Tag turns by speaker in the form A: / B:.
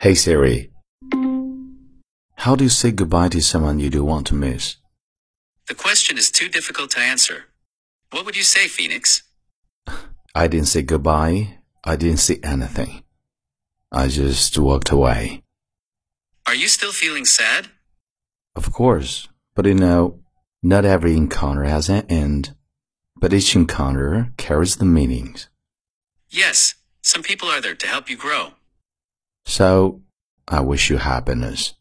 A: Hey Siri. How do you say goodbye to someone you do want to miss?
B: The question is too difficult to answer. What would you say, Phoenix?
A: I didn't say goodbye. I didn't say anything. I just walked away.
B: Are you still feeling sad?
A: Of course. But you know, not every encounter has an end. But each encounter carries the meanings.
B: Yes, some people are there to help you grow.
A: So, I wish you happiness.